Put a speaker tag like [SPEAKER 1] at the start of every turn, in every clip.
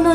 [SPEAKER 1] の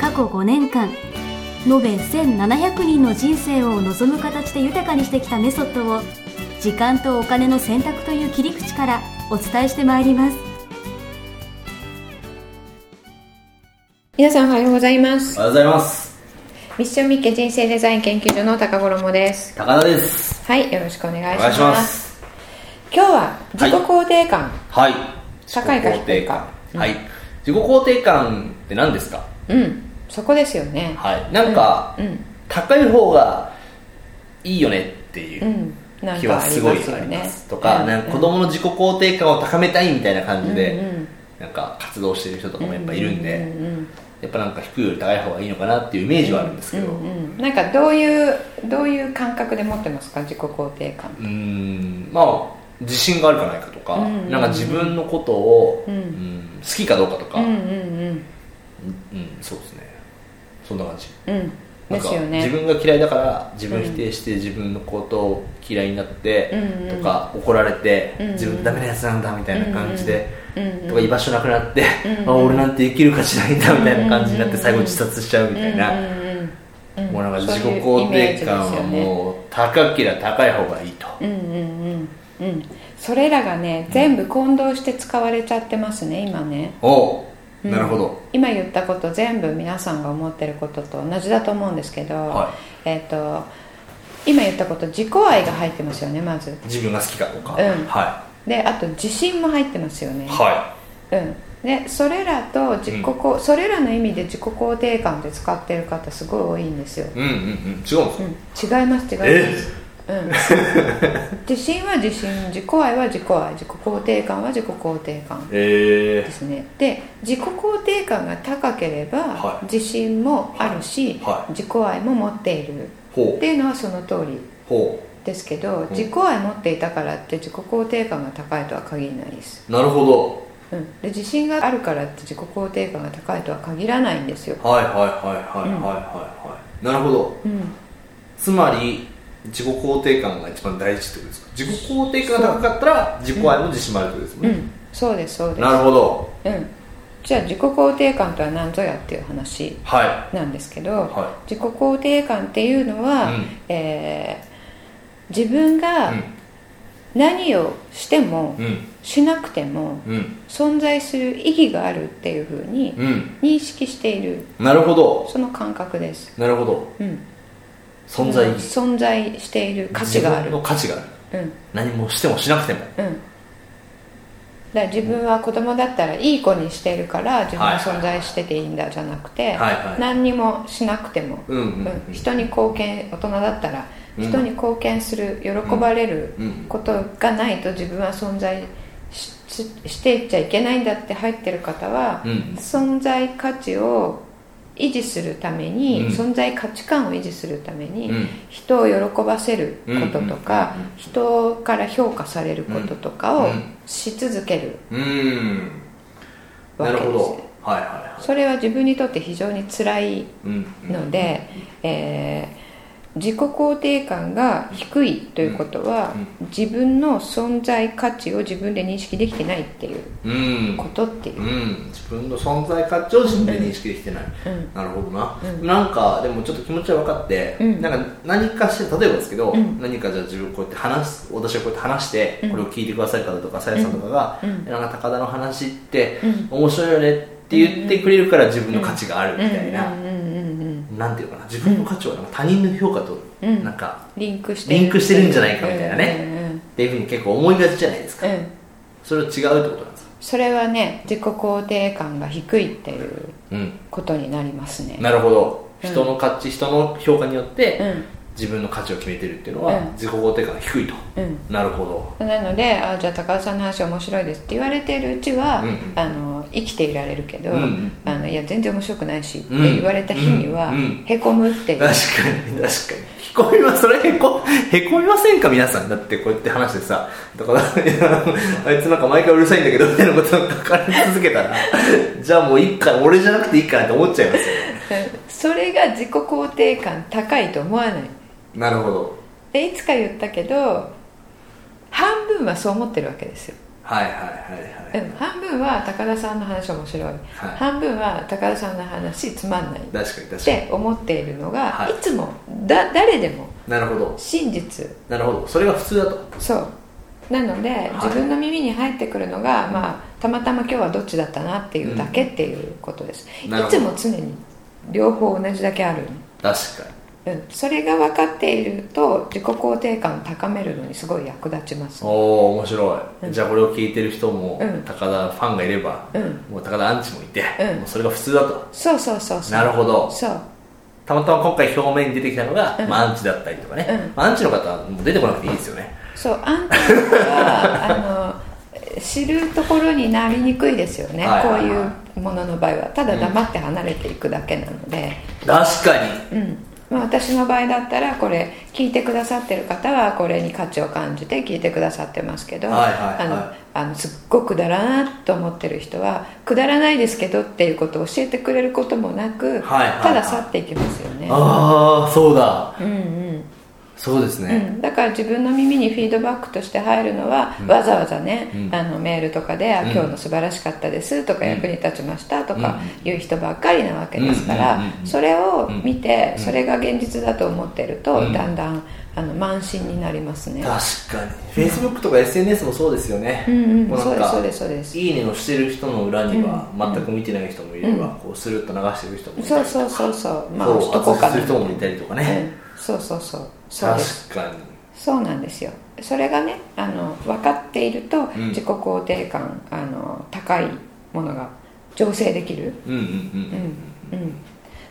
[SPEAKER 1] 過去5年間延べ1700人の人生を望む形で豊かにしてきたメソッドを時間とお金の選択という切り口からお伝えしてまいります
[SPEAKER 2] 皆さんおはようございます
[SPEAKER 3] おはようございます。
[SPEAKER 2] ミッションミッケ人生デザイン研究所の高頃もです
[SPEAKER 3] 高田です。
[SPEAKER 2] はいよろしくお願いします
[SPEAKER 3] お願いします。
[SPEAKER 2] 今日は自己肯定感、
[SPEAKER 3] はい。
[SPEAKER 2] 高いか
[SPEAKER 3] 自己肯定感
[SPEAKER 2] 低。
[SPEAKER 3] はい。自己肯定感って何ですか
[SPEAKER 2] うんそこですよね
[SPEAKER 3] はい。なんか、
[SPEAKER 2] うん
[SPEAKER 3] 高い方がいいよねっていううん
[SPEAKER 2] なん
[SPEAKER 3] 気
[SPEAKER 2] か
[SPEAKER 3] は
[SPEAKER 2] あ
[SPEAKER 3] す
[SPEAKER 2] り
[SPEAKER 3] ごい
[SPEAKER 2] ますよ
[SPEAKER 3] あり
[SPEAKER 2] ね
[SPEAKER 3] ます。とか、
[SPEAKER 2] うん
[SPEAKER 3] なんか子供の自己肯定感を高めたいみたいな感じ
[SPEAKER 2] う
[SPEAKER 3] で
[SPEAKER 2] んうん、
[SPEAKER 3] なんか活動してる人とかもやっぱいるん
[SPEAKER 2] う
[SPEAKER 3] で、
[SPEAKER 2] んうん
[SPEAKER 3] やっぱなんか低いより高い方がいいのかなっていうイメージはあるんですけど、
[SPEAKER 2] う
[SPEAKER 3] うん
[SPEAKER 2] うんなんかどういうどういう感覚で持ってますか自己肯定感
[SPEAKER 3] ーん、まあ、自信があるかないかとか、
[SPEAKER 2] うん
[SPEAKER 3] なんか自分のことを、
[SPEAKER 2] う
[SPEAKER 3] うんん好きかどうかとか
[SPEAKER 2] うん、うん
[SPEAKER 3] うん、そうですね。そんな感じ。
[SPEAKER 2] うんうんで
[SPEAKER 3] なんか
[SPEAKER 2] すよね
[SPEAKER 3] 自分が嫌いだから自分否定して自分のことを嫌いになって
[SPEAKER 2] うんうん
[SPEAKER 3] とか、怒られて、
[SPEAKER 2] うんうん
[SPEAKER 3] 自分ダメなやつなんだみたいな感じで、
[SPEAKER 2] うんうん
[SPEAKER 3] とか居場所なくなって、
[SPEAKER 2] うんうん
[SPEAKER 3] あ俺なんて生きる価値ないんだみたいな感じになっ
[SPEAKER 2] うんうんうん
[SPEAKER 3] て最後自殺しちゃうみたいな、
[SPEAKER 2] うんうんうん
[SPEAKER 3] もうなんか自己
[SPEAKER 2] そういうイ
[SPEAKER 3] 肯
[SPEAKER 2] メー
[SPEAKER 3] 定
[SPEAKER 2] ジ
[SPEAKER 3] 感
[SPEAKER 2] です
[SPEAKER 3] は
[SPEAKER 2] よね
[SPEAKER 3] もう高ければ高い方がいいと、
[SPEAKER 2] うんうんうんうんそれらがね全部混同して使われちゃってますね今ね、
[SPEAKER 3] おう
[SPEAKER 2] うん
[SPEAKER 3] なるほど
[SPEAKER 2] 今言ったこと全部皆さんが思ってることと同じだと思うんですけど、
[SPEAKER 3] は
[SPEAKER 2] えっ、と今言ったこと自己愛が入ってますよねまず
[SPEAKER 3] 自分が好きかどうか、
[SPEAKER 2] ん
[SPEAKER 3] は
[SPEAKER 2] であと自信も入ってますよね
[SPEAKER 3] いは
[SPEAKER 2] うんでそれらと自己、こそれらの意味で自己肯定感で使ってる方すごい多いんですよ
[SPEAKER 3] いうんうんうん違うんです
[SPEAKER 2] う
[SPEAKER 3] か、
[SPEAKER 2] ん、違います違います、うん、 自信は自信自己愛は自己愛自己肯定感は自己肯定感
[SPEAKER 3] ええ
[SPEAKER 2] ですねで自己肯定感が高ければ、
[SPEAKER 3] はい
[SPEAKER 2] 自信もあるし、
[SPEAKER 3] はい
[SPEAKER 2] 自己愛も持っている
[SPEAKER 3] ほ
[SPEAKER 2] っ
[SPEAKER 3] う
[SPEAKER 2] ていうのはその通り
[SPEAKER 3] ほ
[SPEAKER 2] ですけど、
[SPEAKER 3] ん
[SPEAKER 2] 自己愛持っていたからって自己肯定感が高いとは限らないです、
[SPEAKER 3] うなるほど
[SPEAKER 2] うん、で自信があるからって自己肯定感が高いとは限らないんですよ、
[SPEAKER 3] はいはいはいはいはいはいはい、なるほど
[SPEAKER 2] うん、
[SPEAKER 3] つまり自己肯定感が一番大事ってことですか自己肯定感が高かったら自己愛も自信もあるってことですも
[SPEAKER 2] うん
[SPEAKER 3] ね、
[SPEAKER 2] ん、そうですそうです
[SPEAKER 3] なるほど
[SPEAKER 2] うん、じゃあ自己肯定感とは何ぞやっていう話
[SPEAKER 3] は
[SPEAKER 2] なんですけど、
[SPEAKER 3] は
[SPEAKER 2] 自己肯定感っていうのは、
[SPEAKER 3] うん
[SPEAKER 2] えー自分
[SPEAKER 3] い
[SPEAKER 2] が何をしても、
[SPEAKER 3] うんうん
[SPEAKER 2] しなくても
[SPEAKER 3] うん
[SPEAKER 2] 存在する意義があるっていうふうに
[SPEAKER 3] うん
[SPEAKER 2] 認識している
[SPEAKER 3] なるほど
[SPEAKER 2] その感覚です、
[SPEAKER 3] なるほど
[SPEAKER 2] うん、
[SPEAKER 3] 存在意義
[SPEAKER 2] 存在している価値があ
[SPEAKER 3] 自分
[SPEAKER 2] る
[SPEAKER 3] の価値がある
[SPEAKER 2] うん
[SPEAKER 3] 何もしてもしなくても
[SPEAKER 2] うんだから自分は子供だったらいい子にしてるから自分は存在してていいんだじゃなくて、
[SPEAKER 3] はいはい
[SPEAKER 2] 何にもしなくても、
[SPEAKER 3] うんうんうん
[SPEAKER 2] うん人に貢献大人だったら
[SPEAKER 3] うん
[SPEAKER 2] 人に貢献する、喜ばれる
[SPEAKER 3] うん
[SPEAKER 2] ことがないと自分は存在しししていっちゃいけないんだって入ってる方は、
[SPEAKER 3] うん
[SPEAKER 2] 存在価値を維持するために、
[SPEAKER 3] うん
[SPEAKER 2] 存在価値観を維持するために、
[SPEAKER 3] うん
[SPEAKER 2] 人を喜ばせることとか、
[SPEAKER 3] うんうんうん
[SPEAKER 2] 人から評価されることとかを
[SPEAKER 3] うん
[SPEAKER 2] し続ける
[SPEAKER 3] うーん
[SPEAKER 2] わ
[SPEAKER 3] な
[SPEAKER 2] け
[SPEAKER 3] る
[SPEAKER 2] です、
[SPEAKER 3] ほどはいはいは
[SPEAKER 2] それは自分にとって非常に辛い
[SPEAKER 3] いうんうん
[SPEAKER 2] ので、えー自己肯定感が低いということは、自分の存在価値を自分で認識できてないっていう
[SPEAKER 3] うん
[SPEAKER 2] ことっていう、
[SPEAKER 3] うん、自分の存在価値を自分で認識できてない、
[SPEAKER 2] うん
[SPEAKER 3] なるほどな、なんかでもちょっと気持ちは分かって、
[SPEAKER 2] うん
[SPEAKER 3] なんか何かして例えばですけど、
[SPEAKER 2] うん
[SPEAKER 3] 何かじゃあ自分こうやって話す私がこうやって話して、
[SPEAKER 2] うん
[SPEAKER 3] これを聞いてくださる方とかさやさんとかが、
[SPEAKER 2] うん
[SPEAKER 3] なんか高田の話って
[SPEAKER 2] うん
[SPEAKER 3] 面白いよねって言ってくれるから自分の価値があるみたいな、
[SPEAKER 2] うんうんうんうん
[SPEAKER 3] なんていうかな自分の価値はなんか他人の評価と
[SPEAKER 2] うん
[SPEAKER 3] なんか、
[SPEAKER 2] リンクして
[SPEAKER 3] リンクしてるんじゃないかみたいなね、っていうふうに結構思いがちじゃないです
[SPEAKER 2] うんう
[SPEAKER 3] か、
[SPEAKER 2] んうんうん
[SPEAKER 3] それは違うってことなんですか
[SPEAKER 2] それはね自己肯定感が低いっていう
[SPEAKER 3] うん
[SPEAKER 2] ことになりますね
[SPEAKER 3] なるほど
[SPEAKER 2] うん
[SPEAKER 3] 人の価値、人の評価によって、
[SPEAKER 2] うん
[SPEAKER 3] 自分の価値を決めてるっていうのは、
[SPEAKER 2] うん
[SPEAKER 3] 自己肯定感が低いと、
[SPEAKER 2] うん
[SPEAKER 3] なるほど
[SPEAKER 2] なのであじゃあ高尾さんの話面白いですって言われてるうちは、
[SPEAKER 3] うんうん
[SPEAKER 2] あの生きていられるけど、
[SPEAKER 3] うんうん
[SPEAKER 2] あのいや全然面白くないしって
[SPEAKER 3] うん
[SPEAKER 2] 言われた日には、
[SPEAKER 3] うんうん
[SPEAKER 2] へこむってい
[SPEAKER 3] 確
[SPEAKER 2] う
[SPEAKER 3] かに確かにへこみまそれへこへこみませんか皆さんだってこうやって話でさだ からいやあいつなんか毎回うるさいんだけどみたいなことが書かれ続けたら じゃあもういいか俺じゃなくていいかなって思っちゃいますよ
[SPEAKER 2] それが自己肯定感高いと思わない
[SPEAKER 3] なるほど
[SPEAKER 2] でいつか言ったけど半分はそう思ってるわけですよ、
[SPEAKER 3] はいはいはいは
[SPEAKER 2] う
[SPEAKER 3] い、
[SPEAKER 2] ん、半分は高田さんの話面白い、半分は高田さんの話つまんないっ
[SPEAKER 3] 確かに確かに
[SPEAKER 2] て思っているのが、
[SPEAKER 3] はい
[SPEAKER 2] い、つもだ誰でも
[SPEAKER 3] なるほど
[SPEAKER 2] 真実
[SPEAKER 3] なるほどそれが普通だと
[SPEAKER 2] そうなので、
[SPEAKER 3] い
[SPEAKER 2] 自分の耳に入ってくるのが、まあ、たまたま今日はどっちだったなっていうだけっていうことです、
[SPEAKER 3] う
[SPEAKER 2] い
[SPEAKER 3] んなるほど
[SPEAKER 2] つも常に両方同じだけある
[SPEAKER 3] 確かに
[SPEAKER 2] うん、それが分かっていると自己肯定感を高めるのにすごい役立ちます
[SPEAKER 3] おお面白い、
[SPEAKER 2] うん
[SPEAKER 3] じゃあこれを聞いてる人も、
[SPEAKER 2] うん
[SPEAKER 3] 高田ファンがいれば、
[SPEAKER 2] うん
[SPEAKER 3] もう高田アンチもいて、
[SPEAKER 2] うん
[SPEAKER 3] もうそれが普通だと
[SPEAKER 2] そうそうそうそう
[SPEAKER 3] なるほど
[SPEAKER 2] そう
[SPEAKER 3] たまたま今回表面に出てきたのが、
[SPEAKER 2] うん
[SPEAKER 3] まあ、アンチだったりとかね、
[SPEAKER 2] うん
[SPEAKER 3] まあアンチの方はもう出てこなくていいですよね
[SPEAKER 2] そうアンテナはあの知るところになりにくいですよね、
[SPEAKER 3] はいはいはい
[SPEAKER 2] こういうものの場合はただ黙って離れていくだけなので、
[SPEAKER 3] 確かに
[SPEAKER 2] うんまあ、私の場合だったらこれ聞いてくださってる方はこれに価値を感じて聞いてくださってますけど、
[SPEAKER 3] はいはいはい
[SPEAKER 2] あのあのすっごくくだらなと思ってる人はくだらないですけどっていうことを教えてくれることもなく、
[SPEAKER 3] はいはい
[SPEAKER 2] ただ去っていきますよね。
[SPEAKER 3] ああそうだ
[SPEAKER 2] うんうん
[SPEAKER 3] そうです
[SPEAKER 2] う
[SPEAKER 3] ね、
[SPEAKER 2] ん、だから自分の耳にフィードバックとして入るのは、わざわざね、
[SPEAKER 3] うん
[SPEAKER 2] あのメールとかで、あ
[SPEAKER 3] うん
[SPEAKER 2] 今日の素晴らしかったです」とか、
[SPEAKER 3] うん
[SPEAKER 2] 役に立ちました」とかいう人ばっかりなわけですから、
[SPEAKER 3] うんうんうんうん
[SPEAKER 2] それを見て、
[SPEAKER 3] うん
[SPEAKER 2] それが現実だと思ってると、
[SPEAKER 3] うん
[SPEAKER 2] だんだんあの満身になりますね。
[SPEAKER 3] 確かに Facebook とか SNS もそうですよね、
[SPEAKER 2] うんう
[SPEAKER 3] も
[SPEAKER 2] ん、
[SPEAKER 3] う
[SPEAKER 2] そうですそう
[SPEAKER 3] な
[SPEAKER 2] で
[SPEAKER 3] ん
[SPEAKER 2] す
[SPEAKER 3] か
[SPEAKER 2] そうです
[SPEAKER 3] いいねをしてる人の裏には
[SPEAKER 2] うん
[SPEAKER 3] 全く見てない人もいれば、
[SPEAKER 2] うん
[SPEAKER 3] こうスルッと流してる人もいたりと
[SPEAKER 2] そう
[SPEAKER 3] か
[SPEAKER 2] そうそうそうまあ
[SPEAKER 3] フォロー
[SPEAKER 2] しとこうか
[SPEAKER 3] 外
[SPEAKER 2] な
[SPEAKER 3] す人もいたりとかね、
[SPEAKER 2] うんそうそうそうそうです
[SPEAKER 3] 確かに
[SPEAKER 2] そうなんですよそれがねあの分かっていると
[SPEAKER 3] ん
[SPEAKER 2] 自己肯定感、あの高いものが醸成できる、
[SPEAKER 3] うんうん
[SPEAKER 2] う
[SPEAKER 3] うんん
[SPEAKER 2] うん、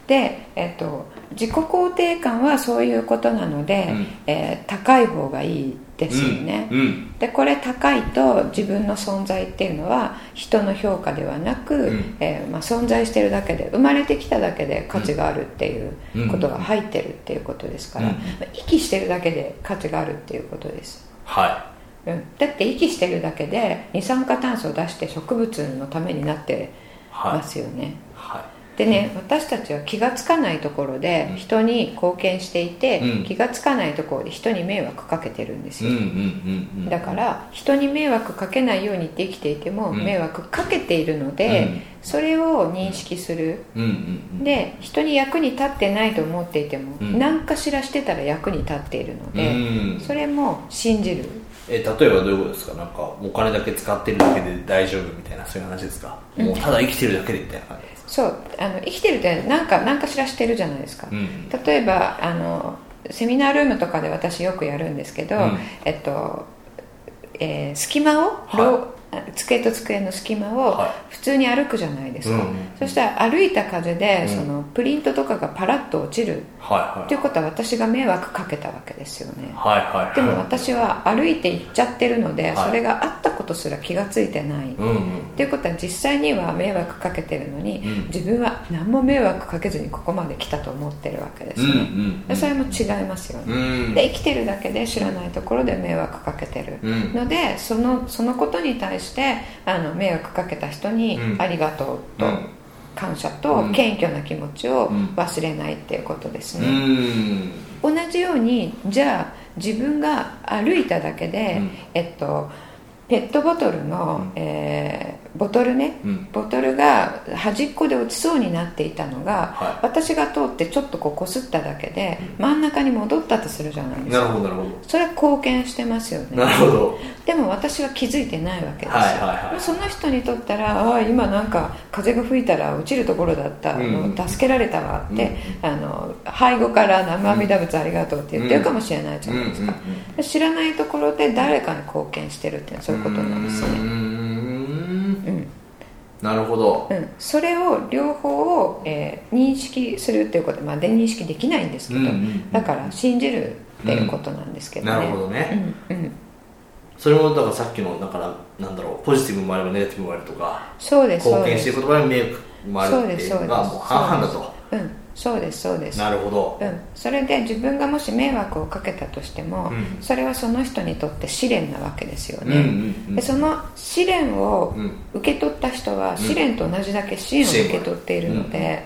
[SPEAKER 2] で、えっと、自己肯定感はそういうことなので、
[SPEAKER 3] うん
[SPEAKER 2] えー高い方がいいですよね、
[SPEAKER 3] うんうん
[SPEAKER 2] でこれ高いと自分の存在っていうのは人の評価ではなく、
[SPEAKER 3] ん
[SPEAKER 2] えーまあ、存在してるだけで生まれてきただけで価値があるっていうことが入ってるっていうことですから、
[SPEAKER 3] うん
[SPEAKER 2] 息してるだけで価値があるっていうことです、
[SPEAKER 3] は
[SPEAKER 2] うん、だって息してるだけで二酸化炭素を出して植物のためになってますよね、
[SPEAKER 3] いは
[SPEAKER 2] でね私たちは気がつかないところで
[SPEAKER 3] うん
[SPEAKER 2] 人に貢献していて、
[SPEAKER 3] うん
[SPEAKER 2] 気がつかないところで人に迷惑かけてるんです
[SPEAKER 3] い
[SPEAKER 2] よ、
[SPEAKER 3] うんうんうんうん
[SPEAKER 2] だから人に迷惑かけないようにって生きていても
[SPEAKER 3] うん
[SPEAKER 2] 迷惑かけているので、
[SPEAKER 3] うん
[SPEAKER 2] それを認識する、
[SPEAKER 3] うんうん
[SPEAKER 2] で人に役に立ってないと思っていても、
[SPEAKER 3] うん
[SPEAKER 2] 何かしらしてたら役に立っているの
[SPEAKER 3] うんう
[SPEAKER 2] で、
[SPEAKER 3] ん
[SPEAKER 2] それも信じる
[SPEAKER 3] え例えばどういうことですかなんかお金だけ使ってるだけで大丈夫みたいなそういう話ですか、もうただ生きてるだけでみたいな感じですか
[SPEAKER 2] そうあの生きてるって何か何かしらしてるじゃないですか、
[SPEAKER 3] うん
[SPEAKER 2] 例えばあのセミナールームとかで私よくやるんですけど、
[SPEAKER 3] うん
[SPEAKER 2] えっとえー隙間を、
[SPEAKER 3] はい
[SPEAKER 2] ろう机と机の隙間を
[SPEAKER 3] は
[SPEAKER 2] 普通に歩くじゃないですか、
[SPEAKER 3] うんうん
[SPEAKER 2] そしたら歩いた風で、
[SPEAKER 3] うん
[SPEAKER 2] そのプリントとかがパラッと落ちる
[SPEAKER 3] はいはい
[SPEAKER 2] ということは私が迷惑かけたわけですよね
[SPEAKER 3] はいはいはい
[SPEAKER 2] でも私は歩いて行っちゃってるので、
[SPEAKER 3] はい
[SPEAKER 2] それがあったことすら気がついてない、
[SPEAKER 3] うんうん
[SPEAKER 2] ということは実際には迷惑かけてるのに、
[SPEAKER 3] うん
[SPEAKER 2] 自分は何も迷惑かけずにここまで来たと思ってるわけです
[SPEAKER 3] うん
[SPEAKER 2] ね、
[SPEAKER 3] うん
[SPEAKER 2] でそれも違いますよ
[SPEAKER 3] う
[SPEAKER 2] ね、
[SPEAKER 3] ん
[SPEAKER 2] で生きてるだけで知らないところで迷惑かけてる、
[SPEAKER 3] うん
[SPEAKER 2] のでそのそのことに対してあの迷惑かけた人に
[SPEAKER 3] うん
[SPEAKER 2] ありがとうと、
[SPEAKER 3] うん
[SPEAKER 2] 感謝と
[SPEAKER 3] うん
[SPEAKER 2] 謙虚な気持ちを
[SPEAKER 3] うん
[SPEAKER 2] 忘れないっていうことです
[SPEAKER 3] う
[SPEAKER 2] ね、
[SPEAKER 3] ん
[SPEAKER 2] 同じようにじゃあ自分が歩いただけで、
[SPEAKER 3] うん
[SPEAKER 2] えっとペットボトルの、えーボトルね、
[SPEAKER 3] うん
[SPEAKER 2] ボトルが端っこで落ちそうになっていたのが、
[SPEAKER 3] は
[SPEAKER 2] 私が通ってちょっとこうこすっただけで、真ん中に戻ったとするじゃないです
[SPEAKER 3] なる
[SPEAKER 2] か
[SPEAKER 3] ほどなるほ
[SPEAKER 2] それは貢献してますよ
[SPEAKER 3] ど
[SPEAKER 2] ね
[SPEAKER 3] なるほど
[SPEAKER 2] でも私は気づいてないわけですよ、
[SPEAKER 3] はいはいはい
[SPEAKER 2] その人にとったらああ今なんか風が吹いたら落ちるところだった、
[SPEAKER 3] うん
[SPEAKER 2] あの助けられたわって、あの背後から生阿弥陀仏ありがとうって言ってるかもしれないじゃないですか、
[SPEAKER 3] うんうんうん
[SPEAKER 2] 知らないところで誰かに貢献してるっていうのはそういうことなんですよね、
[SPEAKER 3] うーん
[SPEAKER 2] うん
[SPEAKER 3] なるほど
[SPEAKER 2] うん、それを両方を、えー認識するっていうことまで認識できないんですけど、
[SPEAKER 3] うんうんうん
[SPEAKER 2] だから信じるっていうことなんですけどね、
[SPEAKER 3] なるほどね、
[SPEAKER 2] うんうん
[SPEAKER 3] それもだからさっきのだからなんだろうポジティブもあればネガティブもあるとか
[SPEAKER 2] そうですそう
[SPEAKER 3] 貢
[SPEAKER 2] で
[SPEAKER 3] 献して
[SPEAKER 2] す
[SPEAKER 3] いくことが迷惑もある
[SPEAKER 2] そう
[SPEAKER 3] っ
[SPEAKER 2] で
[SPEAKER 3] てい
[SPEAKER 2] す
[SPEAKER 3] う
[SPEAKER 2] そうです
[SPEAKER 3] のがもう半々だと
[SPEAKER 2] うんそうですそうです
[SPEAKER 3] なるほど
[SPEAKER 2] うん、それで自分がもし迷惑をかけたとしても、
[SPEAKER 3] うん
[SPEAKER 2] それはその人にとって試練なわけですよね、
[SPEAKER 3] うんうんうん
[SPEAKER 2] でその試練を
[SPEAKER 3] うん
[SPEAKER 2] 受け取った人は、試練と同じだけ支援を受け取っているので、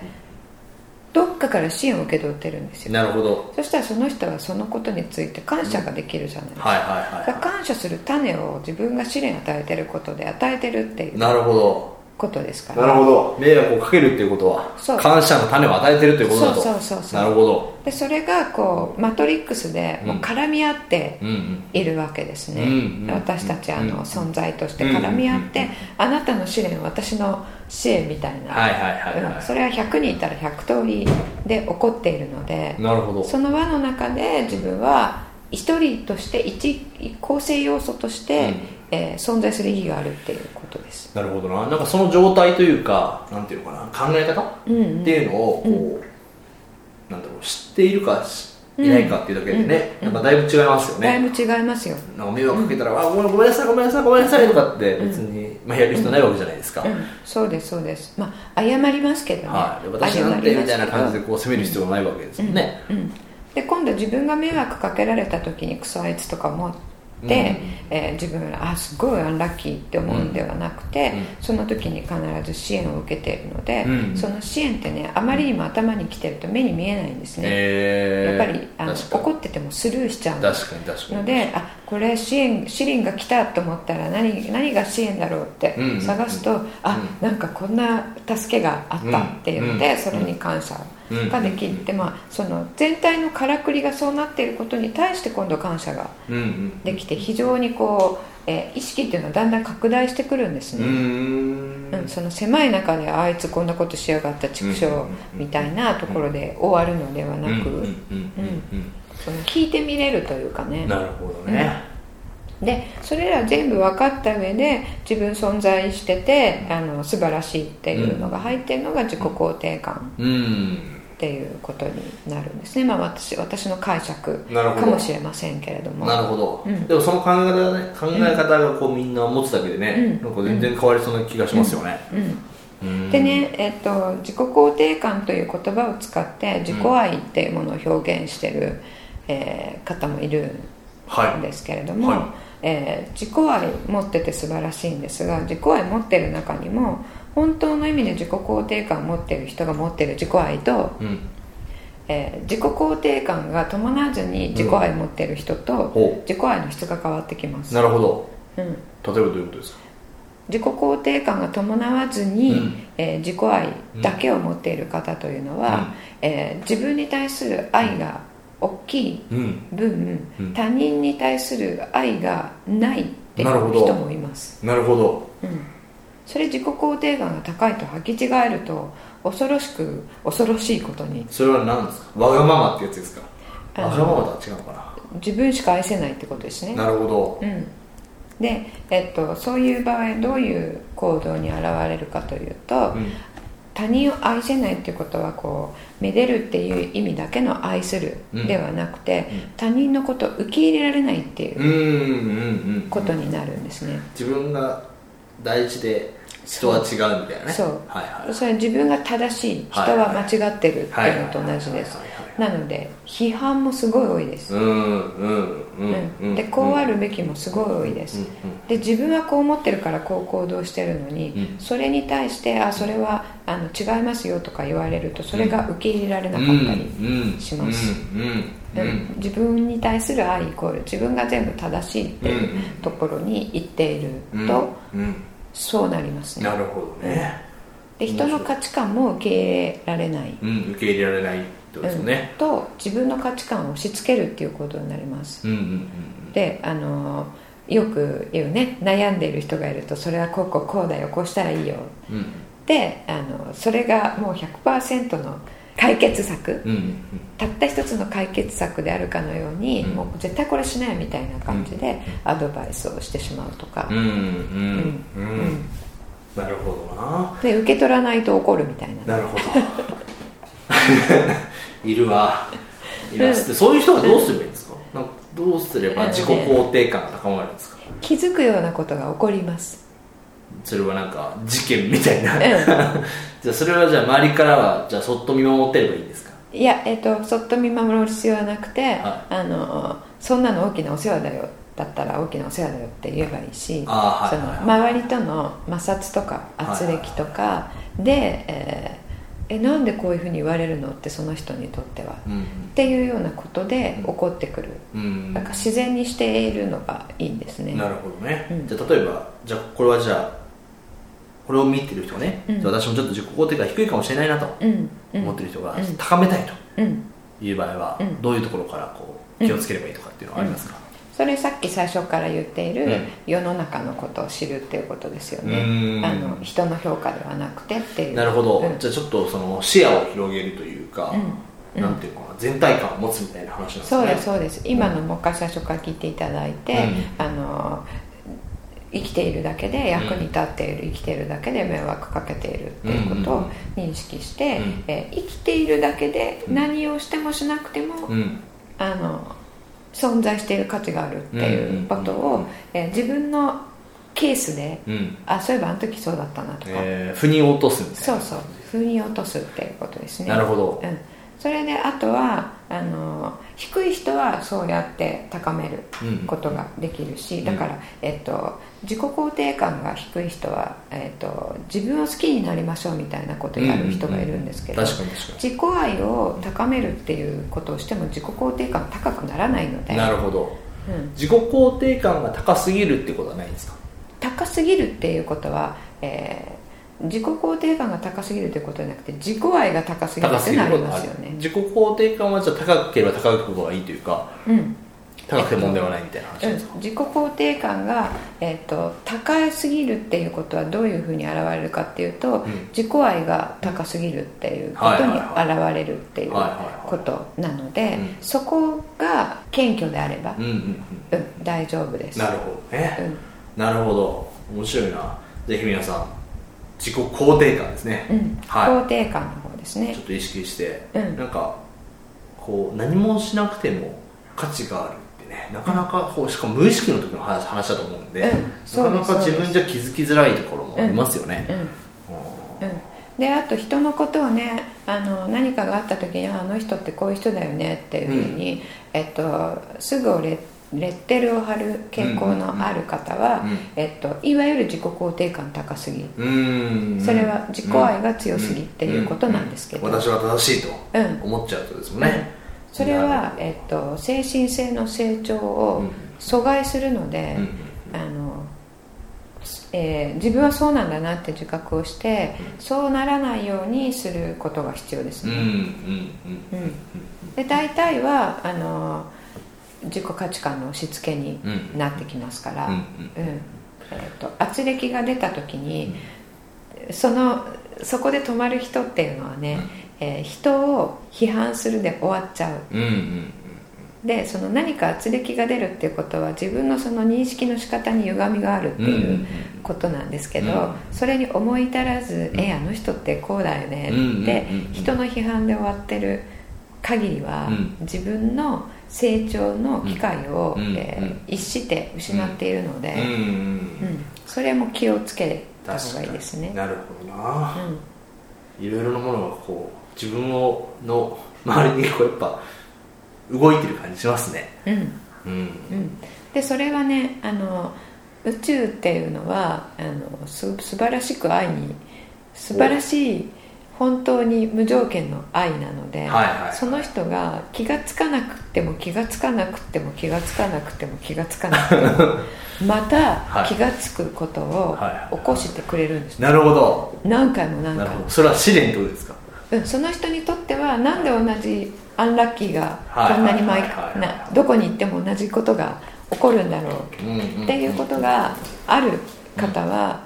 [SPEAKER 2] どっかから支援を受け取ってるんですよ
[SPEAKER 3] なるほど
[SPEAKER 2] そしたらその人はそのことについて感謝ができるじゃないですか,、
[SPEAKER 3] はいはいは
[SPEAKER 2] 感謝する種を自分が試練を与えてることで与えてるってい
[SPEAKER 3] いうなるほど
[SPEAKER 2] ことですから
[SPEAKER 3] なるほど迷惑をかけるっていうことは
[SPEAKER 2] そう
[SPEAKER 3] 感謝の種を与えてるっていうことだと
[SPEAKER 2] そうそうそうそう
[SPEAKER 3] なるほど
[SPEAKER 2] でそれがこうマトリックスでもう絡み合って
[SPEAKER 3] うんうん
[SPEAKER 2] いるわけですね、
[SPEAKER 3] うんうん
[SPEAKER 2] 私たちあ
[SPEAKER 3] うん
[SPEAKER 2] の存在として絡み合って、
[SPEAKER 3] うん
[SPEAKER 2] あなたの試練私の支援みたいな、
[SPEAKER 3] はいはいはい
[SPEAKER 2] うん
[SPEAKER 3] は
[SPEAKER 2] それは100人いたら100通りで起こっているので
[SPEAKER 3] いなるほど
[SPEAKER 2] その輪の中で自分は一人として一構成要素として、えー存在する意義があるっていうことです
[SPEAKER 3] なるほどななんかその状態というかなんていうのかな考え方、
[SPEAKER 2] うんうん
[SPEAKER 3] っていうのをこう、なんだろう知っているかしいないかっていうだけでね、
[SPEAKER 2] うん
[SPEAKER 3] なんかだいぶ違いますよ
[SPEAKER 2] だい
[SPEAKER 3] ね、
[SPEAKER 2] ぶ違いますよ
[SPEAKER 3] なんか迷惑かけたら、あごめんごめんなさいごめんなさいごめんなさいとかって別に、まあ、やる人ないわけじゃないですか、
[SPEAKER 2] うん、そうですそうですまあ謝りますけどね、
[SPEAKER 3] はい、私な
[SPEAKER 2] 謝ります
[SPEAKER 3] んて
[SPEAKER 2] けど
[SPEAKER 3] みたいな感じでこう責める必要がないわけですよね、
[SPEAKER 2] うん、で今度自分が迷惑かけられた時にクソあいつとか思って、
[SPEAKER 3] うん
[SPEAKER 2] えー自分があすごいアンラッキーって思うんではなくて、
[SPEAKER 3] う
[SPEAKER 2] その時に必ず支援を受けているので、
[SPEAKER 3] うん
[SPEAKER 2] その支援ってねあまりにも頭に来てると目に見えないんですね、
[SPEAKER 3] えー
[SPEAKER 2] やっぱりあの
[SPEAKER 3] 確かに
[SPEAKER 2] 怒っててもスルーしちゃうんです
[SPEAKER 3] 確かに確か
[SPEAKER 2] の
[SPEAKER 3] に
[SPEAKER 2] であこれ支援支援が来たと思ったら何何が支援だろうって
[SPEAKER 3] うん
[SPEAKER 2] 探すと、あなんかこんな助けがあったっていうので、
[SPEAKER 3] うん
[SPEAKER 2] それに感謝
[SPEAKER 3] うん
[SPEAKER 2] ができて、まあ、その全体のからくりがそうなっていることに対して今度感謝が
[SPEAKER 3] うんうん
[SPEAKER 2] できて非常にこう、えー意識っていうのはだんだん拡大してくるんです
[SPEAKER 3] うー
[SPEAKER 2] ね、
[SPEAKER 3] ん
[SPEAKER 2] うんその狭い中であいつこんなことしやがった畜生みたいなところで終わるのではなく、
[SPEAKER 3] うんうんうんうん
[SPEAKER 2] その聞いてみれるというかね
[SPEAKER 3] うんなるほどね、
[SPEAKER 2] でそれら全部分かった上で自分存在しててあの素晴らしいっていうのが入ってるのが自己肯定感
[SPEAKER 3] うん
[SPEAKER 2] っていうことになるんですね、まあ、私私の解釈
[SPEAKER 3] なるほど
[SPEAKER 2] かもしれませんけれども
[SPEAKER 3] なるほど、
[SPEAKER 2] うん
[SPEAKER 3] でもその考え方がね考え方がこうみんな持つだけでね、
[SPEAKER 2] うん
[SPEAKER 3] なんか全然変わりそうな気がしますよね、うん
[SPEAKER 2] でね、えっと、自己肯定感という言葉を使って自己愛っていうものを表現してる、えー方もいる
[SPEAKER 3] はい
[SPEAKER 2] んですけれども、
[SPEAKER 3] はい
[SPEAKER 2] えー自己愛持ってて素晴らしいんですが自己愛持ってる中にも本当の意味で自己肯定感を持ってる人が持ってる自己愛と、
[SPEAKER 3] うん
[SPEAKER 2] えー自己肯定感が伴わずに自己愛持ってる人と、
[SPEAKER 3] ほ
[SPEAKER 2] 自己愛の質が変わってきます、
[SPEAKER 3] なるほど
[SPEAKER 2] うん、
[SPEAKER 3] 例えばどういうことですか
[SPEAKER 2] 自己肯定感が伴わずに、
[SPEAKER 3] うん
[SPEAKER 2] えー自己愛だけを持っている方というのは、えー自分に対する愛が大きい
[SPEAKER 3] うん
[SPEAKER 2] 分、
[SPEAKER 3] うん
[SPEAKER 2] 他人に対する愛がないっていう
[SPEAKER 3] なるほど
[SPEAKER 2] 人もいます、
[SPEAKER 3] なるほど
[SPEAKER 2] うん、それ自己肯定感が高いと履き違えると恐ろしく恐ろしいことに
[SPEAKER 3] それは何ですかわがままってやつですか
[SPEAKER 2] あ
[SPEAKER 3] わ
[SPEAKER 2] の
[SPEAKER 3] がままとは違うのか
[SPEAKER 2] 自分しか愛せないってことですね
[SPEAKER 3] ななるほど
[SPEAKER 2] うん、で、えっと、そういう場合どういう行動に現れるかというと、
[SPEAKER 3] うん
[SPEAKER 2] 他人を愛せないっていうことはこうめでるっていう意味だけの愛する
[SPEAKER 3] うん
[SPEAKER 2] ではなくて、
[SPEAKER 3] うん
[SPEAKER 2] 他人のことを受け入れられないっていううん
[SPEAKER 3] うんうん
[SPEAKER 2] ことになるんですね、
[SPEAKER 3] 自分が大事で人は違うみたいなね
[SPEAKER 2] そう
[SPEAKER 3] はいはい
[SPEAKER 2] それは自分が正しい人
[SPEAKER 3] はい
[SPEAKER 2] は間違ってるって
[SPEAKER 3] はい
[SPEAKER 2] いうのと同じです
[SPEAKER 3] はいはい
[SPEAKER 2] なので批判もすごい多いです、
[SPEAKER 3] うんうんうん
[SPEAKER 2] う
[SPEAKER 3] うん
[SPEAKER 2] ん、でこうあるべきもすごい多いです、
[SPEAKER 3] うんうん
[SPEAKER 2] で自分はこう思ってるからこう行動してるのに、
[SPEAKER 3] うん
[SPEAKER 2] それに対してあそれはあの違いますよとか言われるとそれが受け入れられなかったり、
[SPEAKER 3] うん
[SPEAKER 2] します
[SPEAKER 3] うんう
[SPEAKER 2] うんん自分に対する愛イコール自分が全部正しいっていうところに行っている
[SPEAKER 3] うんうん
[SPEAKER 2] と、
[SPEAKER 3] うん
[SPEAKER 2] そうなりますね
[SPEAKER 3] なるほどね、
[SPEAKER 2] で人の価値観も受け入れられない、
[SPEAKER 3] うん、受け入れられないってことですよね、
[SPEAKER 2] うんと自分の価値観を押し付けるっていうことになります
[SPEAKER 3] うん、うん
[SPEAKER 2] であのよく言うね悩んでいる人がいるとそれはこうこうこうだよこうしたらいいよ
[SPEAKER 3] うんうん
[SPEAKER 2] であのそれがもう100%の解決策
[SPEAKER 3] うんうん
[SPEAKER 2] たった一つの解決策であるかのように、
[SPEAKER 3] うん
[SPEAKER 2] もう絶対これしないみたいな感じでアドバイスをしてしまうとか、
[SPEAKER 3] うんうんうんうんなるほどな
[SPEAKER 2] で受け取らないと怒るみたいな
[SPEAKER 3] なるほど いるわいらっしゃってそういう人はどうすればいいんですかなんかどうすれば自己肯定感が高まるんですか
[SPEAKER 2] 気づくようなことが起こります
[SPEAKER 3] それはなんか事件みたいな、
[SPEAKER 2] ん
[SPEAKER 3] じゃあそれはじゃあ周りからはじゃあそっと見守ってればいいんですか
[SPEAKER 2] いや、えっとそっと見守る必要はなくて、
[SPEAKER 3] は
[SPEAKER 2] あのそんなの大きなお世話だよだったら大きなお世話だよって言えばいいし
[SPEAKER 3] あー
[SPEAKER 2] そ
[SPEAKER 3] はい
[SPEAKER 2] の
[SPEAKER 3] はい
[SPEAKER 2] 周りとの摩擦とか
[SPEAKER 3] はい
[SPEAKER 2] 圧力とかで、えーえなんでこういうふうに言われるのってその人にとっては、
[SPEAKER 3] う
[SPEAKER 2] っ
[SPEAKER 3] ん
[SPEAKER 2] ていうようなことで起こってくる、
[SPEAKER 3] うん
[SPEAKER 2] なんか自然にしているのがいいんですね
[SPEAKER 3] なるほどね、
[SPEAKER 2] うん
[SPEAKER 3] じゃあ例えばじゃあこれはじゃあこれを見てる人がね、
[SPEAKER 2] うん
[SPEAKER 3] じゃあ私もちょっと自己肯定感低いかもしれないなと
[SPEAKER 2] うんうん
[SPEAKER 3] 思ってる人が
[SPEAKER 2] うん
[SPEAKER 3] 高めたいと
[SPEAKER 2] うん
[SPEAKER 3] いう場合は、
[SPEAKER 2] うん
[SPEAKER 3] どういうところからこう気をつければいいとかっていうのはありますか、
[SPEAKER 2] それさっき最初から言っている、
[SPEAKER 3] うん
[SPEAKER 2] 世の中のことを知るっていうことですよ
[SPEAKER 3] うー
[SPEAKER 2] ね
[SPEAKER 3] ん
[SPEAKER 2] あの人の評価ではなくてっていう
[SPEAKER 3] なるほど、
[SPEAKER 2] うん
[SPEAKER 3] じゃあちょっとその視野を広げるというか、
[SPEAKER 2] うん
[SPEAKER 3] なんていうかな全体感を持つみたいな話なんですね
[SPEAKER 2] そうですそうです今のもう一回最初から聞いていただいて、あの生きているだけで役に立っている、生きているだけで迷惑かけているっていうこと
[SPEAKER 3] うん
[SPEAKER 2] を
[SPEAKER 3] うん
[SPEAKER 2] 認識して、
[SPEAKER 3] うん
[SPEAKER 2] えー生きているだけで
[SPEAKER 3] うん
[SPEAKER 2] 何をしてもしなくても、
[SPEAKER 3] うん
[SPEAKER 2] あの存在している価値があるっていうことを、
[SPEAKER 3] うんうんうん
[SPEAKER 2] えー自分のケースで
[SPEAKER 3] うん
[SPEAKER 2] あそういえばあの時そうだったなとか、
[SPEAKER 3] えー、腑に落とすみたいな
[SPEAKER 2] そうそう腑に落とすっていうことですね
[SPEAKER 3] なるほど
[SPEAKER 2] うん、それであとはあの低い人はそうやって高める
[SPEAKER 3] うん
[SPEAKER 2] ことができるし、
[SPEAKER 3] ん
[SPEAKER 2] だから、えっと、自己肯定感が低い人は、えっと、自分を好きになりましょうみたいなことをやる人がいるんですけど、
[SPEAKER 3] うううん確かに確か
[SPEAKER 2] 自己愛を高めるっていうことをしても自己肯定感高くならないので
[SPEAKER 3] になるほど
[SPEAKER 2] うん、
[SPEAKER 3] 自己肯定感が高すぎるってことはないんですか
[SPEAKER 2] 高すぎるっていうことは、えー自己肯定感が高すぎるということじゃなくて自己愛が高すぎる
[SPEAKER 3] 高
[SPEAKER 2] っ
[SPEAKER 3] す
[SPEAKER 2] て
[SPEAKER 3] ぎる
[SPEAKER 2] な
[SPEAKER 3] こ
[SPEAKER 2] り
[SPEAKER 3] と
[SPEAKER 2] ま
[SPEAKER 3] があ
[SPEAKER 2] す
[SPEAKER 3] る
[SPEAKER 2] よね、
[SPEAKER 3] 自己肯定感はじゃあ高ければ高いほどがいいというか
[SPEAKER 2] うんうん、
[SPEAKER 3] 高くて問題はないみたいな話なんですか、
[SPEAKER 2] 自己肯定感が、えー、と高すぎるっていうことはどういうふうに現れるかっていうと、
[SPEAKER 3] ん
[SPEAKER 2] 自己愛が高すぎるっていうことに現れるっていう
[SPEAKER 3] はいはいはい
[SPEAKER 2] ことなので、
[SPEAKER 3] うん
[SPEAKER 2] そこが謙虚であれば
[SPEAKER 3] う、んうん
[SPEAKER 2] うん大丈夫で
[SPEAKER 3] うん
[SPEAKER 2] す
[SPEAKER 3] なるほどね、なるほど面白いなぜひ皆さん自己肯定感ですね、
[SPEAKER 2] うんうん
[SPEAKER 3] は
[SPEAKER 2] 肯定感の方です
[SPEAKER 3] い
[SPEAKER 2] ね
[SPEAKER 3] ちょっと意識して、
[SPEAKER 2] うん
[SPEAKER 3] なんかこう何もしなくても価値があるってねなかなかこうしかも無意識の時の話話だと思うんで、
[SPEAKER 2] うんそうで
[SPEAKER 3] な
[SPEAKER 2] す
[SPEAKER 3] かなか自分じゃ気づきづらいところもありますよ
[SPEAKER 2] う
[SPEAKER 3] ね、
[SPEAKER 2] ん
[SPEAKER 3] うん
[SPEAKER 2] うん、であと人のことをねあの何かがあった時にああの人ってこういう人だよねっていうふうに、えっと、すぐをレレッテルを貼る傾向のある方は、
[SPEAKER 3] うんうんうん
[SPEAKER 2] えっと、いわゆる自己肯定感高すぎ
[SPEAKER 3] うーん
[SPEAKER 2] それは自己愛が強すぎっていうことなんですけど
[SPEAKER 3] うんうん私は正しいと
[SPEAKER 2] うん
[SPEAKER 3] 思っちゃうってことですもんね、
[SPEAKER 2] それは、えっと、精神性の成長を阻害するので、
[SPEAKER 3] うん
[SPEAKER 2] あのえー自分はそうなんだなって自覚をして、そうならないようにすることが必要です
[SPEAKER 3] うん
[SPEAKER 2] ね、
[SPEAKER 3] うん
[SPEAKER 2] うんで大体はあの自己価値観の押し付けになってきますから、
[SPEAKER 3] うん
[SPEAKER 2] うんえー、と圧力が出た時に、そのそこで止まる人っていうのはね、えー人を批判するで終わっちゃう
[SPEAKER 3] うんうんうん
[SPEAKER 2] でその何か圧力が出るっていうことは自分のその認識の仕方に歪みがあるって
[SPEAKER 3] うんうん
[SPEAKER 2] いううんことなんですけど、
[SPEAKER 3] うん
[SPEAKER 2] それに思い至らず「えあの人ってこうだよね」って
[SPEAKER 3] うんうんうんうん
[SPEAKER 2] 人の批判で終わってる限りは、
[SPEAKER 3] うん
[SPEAKER 2] 自分の成長の機会を、
[SPEAKER 3] うん
[SPEAKER 2] え
[SPEAKER 3] うん
[SPEAKER 2] ー逸して失っているので、
[SPEAKER 3] うんうん
[SPEAKER 2] う
[SPEAKER 3] うん
[SPEAKER 2] んそれも気をつけた
[SPEAKER 3] 確
[SPEAKER 2] 方
[SPEAKER 3] か
[SPEAKER 2] がいい
[SPEAKER 3] に
[SPEAKER 2] ですね。
[SPEAKER 3] なるほどな
[SPEAKER 2] うん
[SPEAKER 3] いろいろなものがこう自分をの周りにこうやっぱ動いてる感じしますね
[SPEAKER 2] うん
[SPEAKER 3] うん
[SPEAKER 2] うん、でそれはねあの宇宙っていうのはあのす素晴らしく愛に素晴らしい本当に無条件の愛なので、
[SPEAKER 3] はいはいはい
[SPEAKER 2] その人が気がつかなくっても気がつかなくっても気がつかなくても気がつかなくて もまた
[SPEAKER 3] はい
[SPEAKER 2] 気がつくことを
[SPEAKER 3] はい
[SPEAKER 2] 起こしてくれるんです、
[SPEAKER 3] なるほど
[SPEAKER 2] 何回も何
[SPEAKER 3] な
[SPEAKER 2] 回
[SPEAKER 3] るほ
[SPEAKER 2] も
[SPEAKER 3] ど、それは試練ってことですか
[SPEAKER 2] うん、その人にとってはなんで同じアンラッキーが
[SPEAKER 3] はい
[SPEAKER 2] こんなに毎
[SPEAKER 3] はいはいはい
[SPEAKER 2] などこに行っても同じことが起こるんだろう
[SPEAKER 3] うんうん
[SPEAKER 2] っていうことがある方は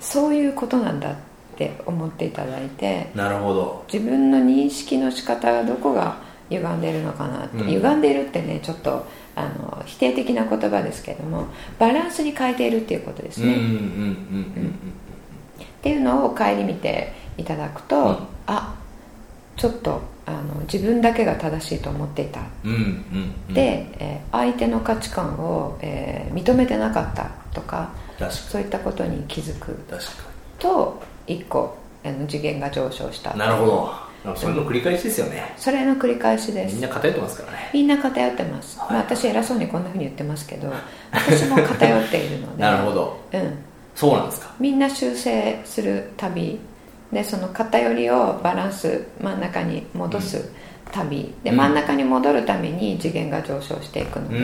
[SPEAKER 2] そういうことなんだって思っていただいて
[SPEAKER 3] なるほど
[SPEAKER 2] 自分の認識の仕方がどこが歪んでるのかなって、
[SPEAKER 3] うん
[SPEAKER 2] 歪んでいるってねちょっとあの否定的な言葉ですけどもバランスに変えているっていうことです
[SPEAKER 3] うんうん
[SPEAKER 2] ね、
[SPEAKER 3] うんうんうんうん
[SPEAKER 2] っていうのを顧みていただくと、
[SPEAKER 3] うん
[SPEAKER 2] あちょっとあの自分だけが正しいと思っていた
[SPEAKER 3] うんうんうん
[SPEAKER 2] で、えー相手の価値観を、えー認めてなかったとか
[SPEAKER 3] 確か
[SPEAKER 2] そういったことに気づく
[SPEAKER 3] に確か
[SPEAKER 2] と一個あの次元が上昇した
[SPEAKER 3] になるほどなんかそういうの繰り返しですよね
[SPEAKER 2] それの繰り返しで
[SPEAKER 3] み
[SPEAKER 2] す
[SPEAKER 3] んな偏ってますからね
[SPEAKER 2] みんな偏ってます、
[SPEAKER 3] はい
[SPEAKER 2] まあ、私偉そうにこんなふうに言ってますけど私も偏っているので
[SPEAKER 3] なるほど
[SPEAKER 2] うん、
[SPEAKER 3] そうなんですか
[SPEAKER 2] みんな修正する旅でその偏りをバランス真ん中に戻す旅、で
[SPEAKER 3] うん
[SPEAKER 2] 真ん中に戻るために次元が上昇していくの
[SPEAKER 3] う
[SPEAKER 2] で、
[SPEAKER 3] ん、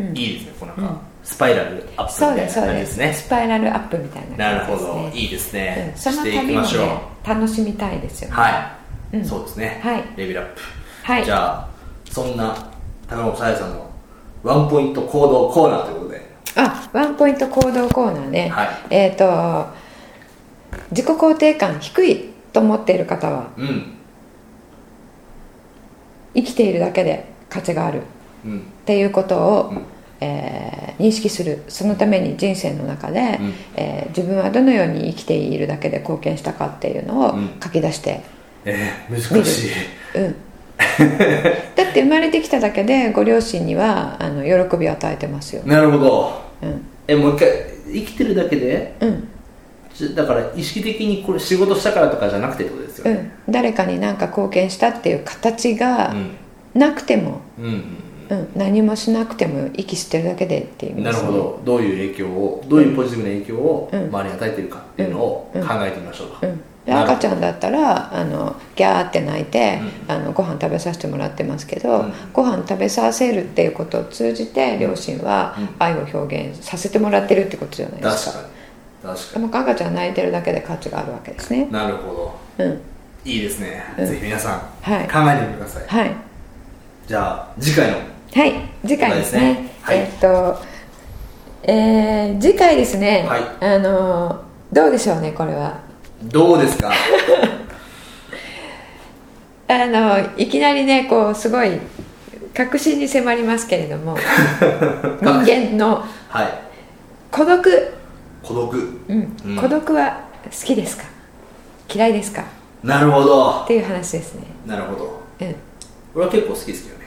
[SPEAKER 2] うん
[SPEAKER 3] いいですねこうなんか、
[SPEAKER 2] うん
[SPEAKER 3] スパイラルアップ
[SPEAKER 2] そう
[SPEAKER 3] みたい
[SPEAKER 2] で
[SPEAKER 3] な
[SPEAKER 2] すそう
[SPEAKER 3] 感じ
[SPEAKER 2] で
[SPEAKER 3] ですすね
[SPEAKER 2] スパイラルアップみたいな
[SPEAKER 3] なる
[SPEAKER 2] 感
[SPEAKER 3] ほ
[SPEAKER 2] じです、ね、
[SPEAKER 3] どいいです
[SPEAKER 2] う
[SPEAKER 3] ね、
[SPEAKER 2] んその
[SPEAKER 3] していき
[SPEAKER 2] 旅も
[SPEAKER 3] ま
[SPEAKER 2] ね
[SPEAKER 3] しょう
[SPEAKER 2] 楽しみたいですよね
[SPEAKER 3] はい、
[SPEAKER 2] うん
[SPEAKER 3] そうですね、
[SPEAKER 2] はい
[SPEAKER 3] レベルアップ、
[SPEAKER 2] はい
[SPEAKER 3] じゃあそんな高野さやさんのワンポイント行動コーナーということで
[SPEAKER 2] あワンポイント行動コーナーね、
[SPEAKER 3] はい
[SPEAKER 2] えっ、と自己肯定感低いと思っている方は
[SPEAKER 3] うん
[SPEAKER 2] 生きているだけで価値があるっ
[SPEAKER 3] うん
[SPEAKER 2] ていうことを、
[SPEAKER 3] うん
[SPEAKER 2] えー認識するそのために人生の中で、
[SPEAKER 3] うん
[SPEAKER 2] えー自分はどのように生きているだけで貢献したかっていうのを
[SPEAKER 3] うん
[SPEAKER 2] 書き出して
[SPEAKER 3] えー、
[SPEAKER 2] 見る
[SPEAKER 3] 難しい、
[SPEAKER 2] うんだって生まれてきただけでご両親にはあの喜びを与えてますよ、
[SPEAKER 3] なるほど
[SPEAKER 2] うん
[SPEAKER 3] えもう一回生きてるだけで
[SPEAKER 2] うん
[SPEAKER 3] じだから意識的にこれ仕事したからとかじゃなくてってことですよ
[SPEAKER 2] う
[SPEAKER 3] ね
[SPEAKER 2] ん、誰かに何か貢献したっていう形が
[SPEAKER 3] うん
[SPEAKER 2] なくても、
[SPEAKER 3] うん、うん
[SPEAKER 2] うん、何もしなくても息してるだけでっていう意味
[SPEAKER 3] な
[SPEAKER 2] で
[SPEAKER 3] る
[SPEAKER 2] すね
[SPEAKER 3] ほどどういう影響をどういうポジティブな影響を
[SPEAKER 2] うん
[SPEAKER 3] 周りに与えているかっていうのを考
[SPEAKER 2] うん
[SPEAKER 3] えてみましょうと、
[SPEAKER 2] うん、で
[SPEAKER 3] なるほど
[SPEAKER 2] 赤ちゃんだったらあのギャーって泣いて、あのご飯食べさせてもらってますけど、
[SPEAKER 3] うん
[SPEAKER 2] ご飯食べさせるっていうことを通じて両親は
[SPEAKER 3] うん
[SPEAKER 2] 愛を表現させてもらってるってことじゃないです
[SPEAKER 3] 確
[SPEAKER 2] か
[SPEAKER 3] かに確か
[SPEAKER 2] でも赤ちゃん泣いてるだけで価値があるわけですね
[SPEAKER 3] になるほど
[SPEAKER 2] うん
[SPEAKER 3] いいですね、
[SPEAKER 2] うん
[SPEAKER 3] ぜひ皆さん考
[SPEAKER 2] は
[SPEAKER 3] え
[SPEAKER 2] い
[SPEAKER 3] てみてください、
[SPEAKER 2] はい
[SPEAKER 3] じゃあ次回の
[SPEAKER 2] はい次回ですね
[SPEAKER 3] そうですねはい
[SPEAKER 2] えーっとえー次回ですね、
[SPEAKER 3] はい
[SPEAKER 2] あのーどうでしょうねこれは
[SPEAKER 3] どう ですか
[SPEAKER 2] あのいきなりねこうすごい確信に迫りますけれど も人間の
[SPEAKER 3] はい
[SPEAKER 2] 孤独、
[SPEAKER 3] 孤独
[SPEAKER 2] うん
[SPEAKER 3] うん
[SPEAKER 2] 孤独は好きですか嫌いですか
[SPEAKER 3] なるほど
[SPEAKER 2] っていう話ですね、
[SPEAKER 3] なるほど
[SPEAKER 2] うん、
[SPEAKER 3] 俺は結構好きですけどね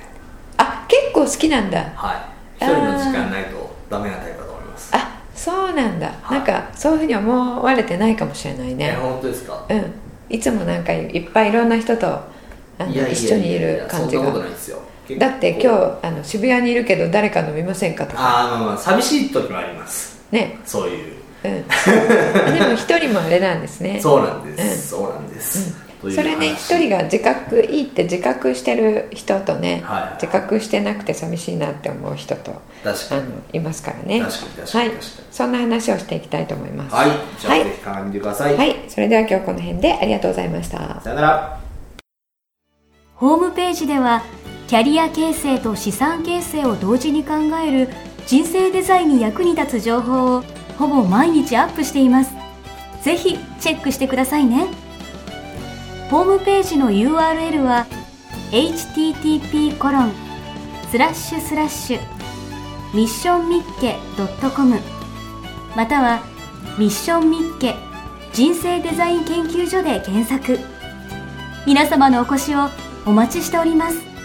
[SPEAKER 2] あ結構好きなんだ
[SPEAKER 3] はい
[SPEAKER 2] あ
[SPEAKER 3] 一
[SPEAKER 2] ー
[SPEAKER 3] 人の時間ないとダメなタイプだと思います
[SPEAKER 2] あそうなんだ、
[SPEAKER 3] はい
[SPEAKER 2] なんかそういうふうに思われてないかもしれない
[SPEAKER 3] え
[SPEAKER 2] ね、
[SPEAKER 3] 本当ですか
[SPEAKER 2] うん、いつもなんかいっぱいいろんな人とあの
[SPEAKER 3] いやいやいやいや
[SPEAKER 2] 一緒にいる感じ
[SPEAKER 3] そんなこと
[SPEAKER 2] が
[SPEAKER 3] ないですよ
[SPEAKER 2] だって今日あの渋谷にいるけど誰か飲みませんかとか
[SPEAKER 3] あーまあまあ寂しい時もあります
[SPEAKER 2] ね
[SPEAKER 3] そういう
[SPEAKER 2] うん、でも一人もあれなんです ね
[SPEAKER 3] そうなんです、そうなんです、という
[SPEAKER 2] それね
[SPEAKER 3] 話
[SPEAKER 2] 一人が自覚いいって自覚してる人とね、
[SPEAKER 3] はい
[SPEAKER 2] 自覚してなくて寂しいなって思う人と
[SPEAKER 3] 確
[SPEAKER 2] あ
[SPEAKER 3] か
[SPEAKER 2] の
[SPEAKER 3] に
[SPEAKER 2] いますからね
[SPEAKER 3] 確かに確かに
[SPEAKER 2] はい
[SPEAKER 3] 確かに、
[SPEAKER 2] そんな話をしていきたいと思います
[SPEAKER 3] はい、じゃあ、
[SPEAKER 2] はい
[SPEAKER 3] ぜひ考えてみてください、
[SPEAKER 2] はいそれでは今日この辺でありがとうございました
[SPEAKER 3] さよなら
[SPEAKER 1] ホームページではキャリア形成と資産形成を同時に考える人生デザインに役に立つ情報をほぼ毎日アップしていますぜひチェックしてくださいねホームページの URL は http コロンスラッシュスラッシュミッションミッケ .com またはミッションミッケ人生デザイン研究所で検索皆様のお越しをお待ちしております